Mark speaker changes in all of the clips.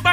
Speaker 1: da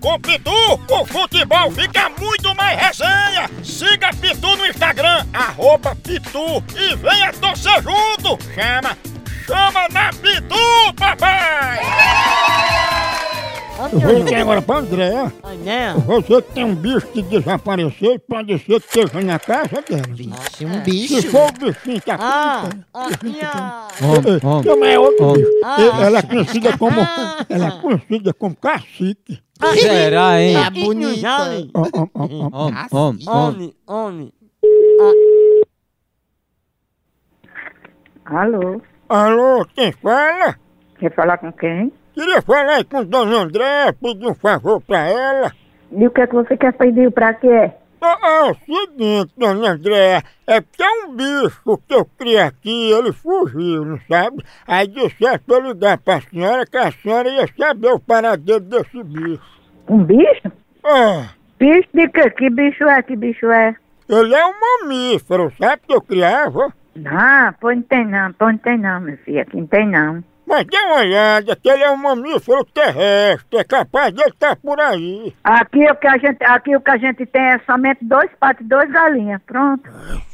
Speaker 1: Com Pitu, o futebol fica muito mais resenha. Siga Pitu no Instagram, arroba Pitu e venha torcer junto. Chama, chama na Pitu, papai! Eu vou ligar agora pra Andréa.
Speaker 2: Ai, né?
Speaker 1: Você que tem um bicho que desapareceu e pode ser que esteja na casa dela.
Speaker 2: Tinha um
Speaker 1: Se
Speaker 2: bicho.
Speaker 1: for o bichinho que é
Speaker 2: Ah,
Speaker 1: apita,
Speaker 2: ah, minha.
Speaker 1: eh, também é outro bicho. Eh, Ela é conhecida como,
Speaker 2: Ah.
Speaker 1: ela é conhecida como cacique.
Speaker 3: Será, hein?
Speaker 2: É bonita.
Speaker 1: Ó, ó, ó, ó.
Speaker 3: Om,
Speaker 2: Tá
Speaker 3: om,
Speaker 2: assim.
Speaker 3: om.
Speaker 2: Homem, homem.
Speaker 4: Alô,
Speaker 1: Alô, quem fala?
Speaker 4: quer falar com quem?
Speaker 1: Queria falar aí com Dona Andréa, pedir um favor pra ela.
Speaker 4: E o que é que você quer pedir pra quê?
Speaker 1: Ah, ah, é o seguinte, dona Andréa, é porque é um bicho que eu criei aqui, ele fugiu, não sabe? Aí disseram pra eu ligar pra senhora que a senhora ia saber o paradeiro desse bicho.
Speaker 4: Um bicho?
Speaker 1: Ah,
Speaker 4: Bicho de quê? Que bicho é? Que bicho é?
Speaker 1: ele é um mamífero, sabe que eu criava?
Speaker 4: Ah, pô, não tem não, pô, não tem não, minha filha, aqui não tem não.
Speaker 1: Mas dê uma olhada, que ele é um mamífero terrestre, é capaz dele estar por aí.
Speaker 4: Aqui o que a gente, aqui o que a gente tem é somente dois patos e dois galinhas, pronto.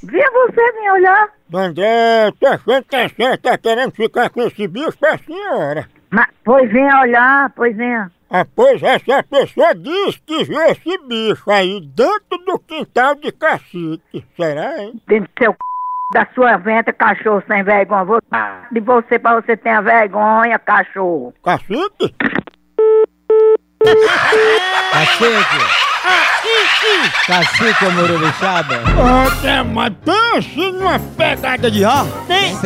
Speaker 4: Vinha você vir olhar.
Speaker 1: Dona Andréa, eu tô achando que a senhora tá querendo ficar com esse bicho pra senhora.
Speaker 4: Mas, pois venha olhar, pois venha.
Speaker 1: Ah, pois essa pessoa diz que viu esse bicho aí dentro do quintal de cacique. Será, hein?
Speaker 4: Dentro do seu c... da sua venta, cachorro sem vergonha. Vou de você pra você ter vergonha, cachorro.
Speaker 1: Cacique?
Speaker 3: Tá Cacique. Cacique, Morubixaba.
Speaker 1: Até mas pense numa pegada de ar.
Speaker 3: é
Speaker 2: Nem,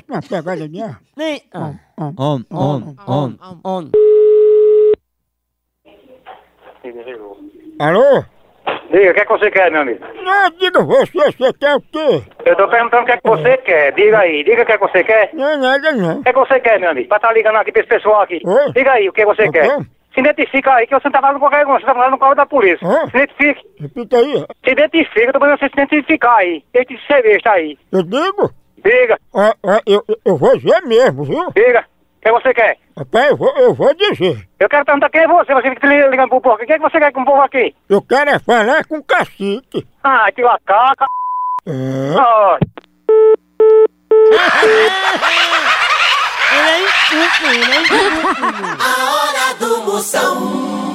Speaker 1: Pense numa pegada de ar.
Speaker 2: nem. ah,
Speaker 3: Om, om, om.
Speaker 2: Homem.
Speaker 1: Alô?
Speaker 5: Diga, o que é que você quer, meu amigo?
Speaker 1: Não, diga você, você quer o quê?
Speaker 5: Eu tô perguntando o que é que você quer. Diga aí, diga o que é que você quer. O
Speaker 1: Não é nada não.
Speaker 5: que é que você quer, meu amigo? Pra tá ligando aqui pra esse pessoal aqui.
Speaker 1: Oi?
Speaker 5: Diga aí o que você
Speaker 1: Tá
Speaker 5: quer.
Speaker 1: bom.
Speaker 5: Se identifica aí que você não tá falando com qualquer um, você tá falando com a da polícia.
Speaker 1: Hã?
Speaker 5: Se identifique,
Speaker 1: Repita aí.
Speaker 5: se identifica, eu tô mandando você se identificar aí. Deixa de ser besta aí.
Speaker 1: Eu digo?
Speaker 5: Diga,
Speaker 1: Ó, ó, eu, eu- eu vou dizer mesmo, viu?
Speaker 5: diga, o que você quer?
Speaker 1: Rapaz, eu vou, eu vou dizer.
Speaker 5: Eu quero perguntar quem é você, você fica li- ligando pro povo. aqui. O que é que você quer com o povo aqui?
Speaker 1: Eu quero é falar com o cacique.
Speaker 5: Ah, te lascar, c...
Speaker 1: É.
Speaker 5: ó.
Speaker 2: Ele é inculto, ele é inculto.
Speaker 6: A hora do Moção.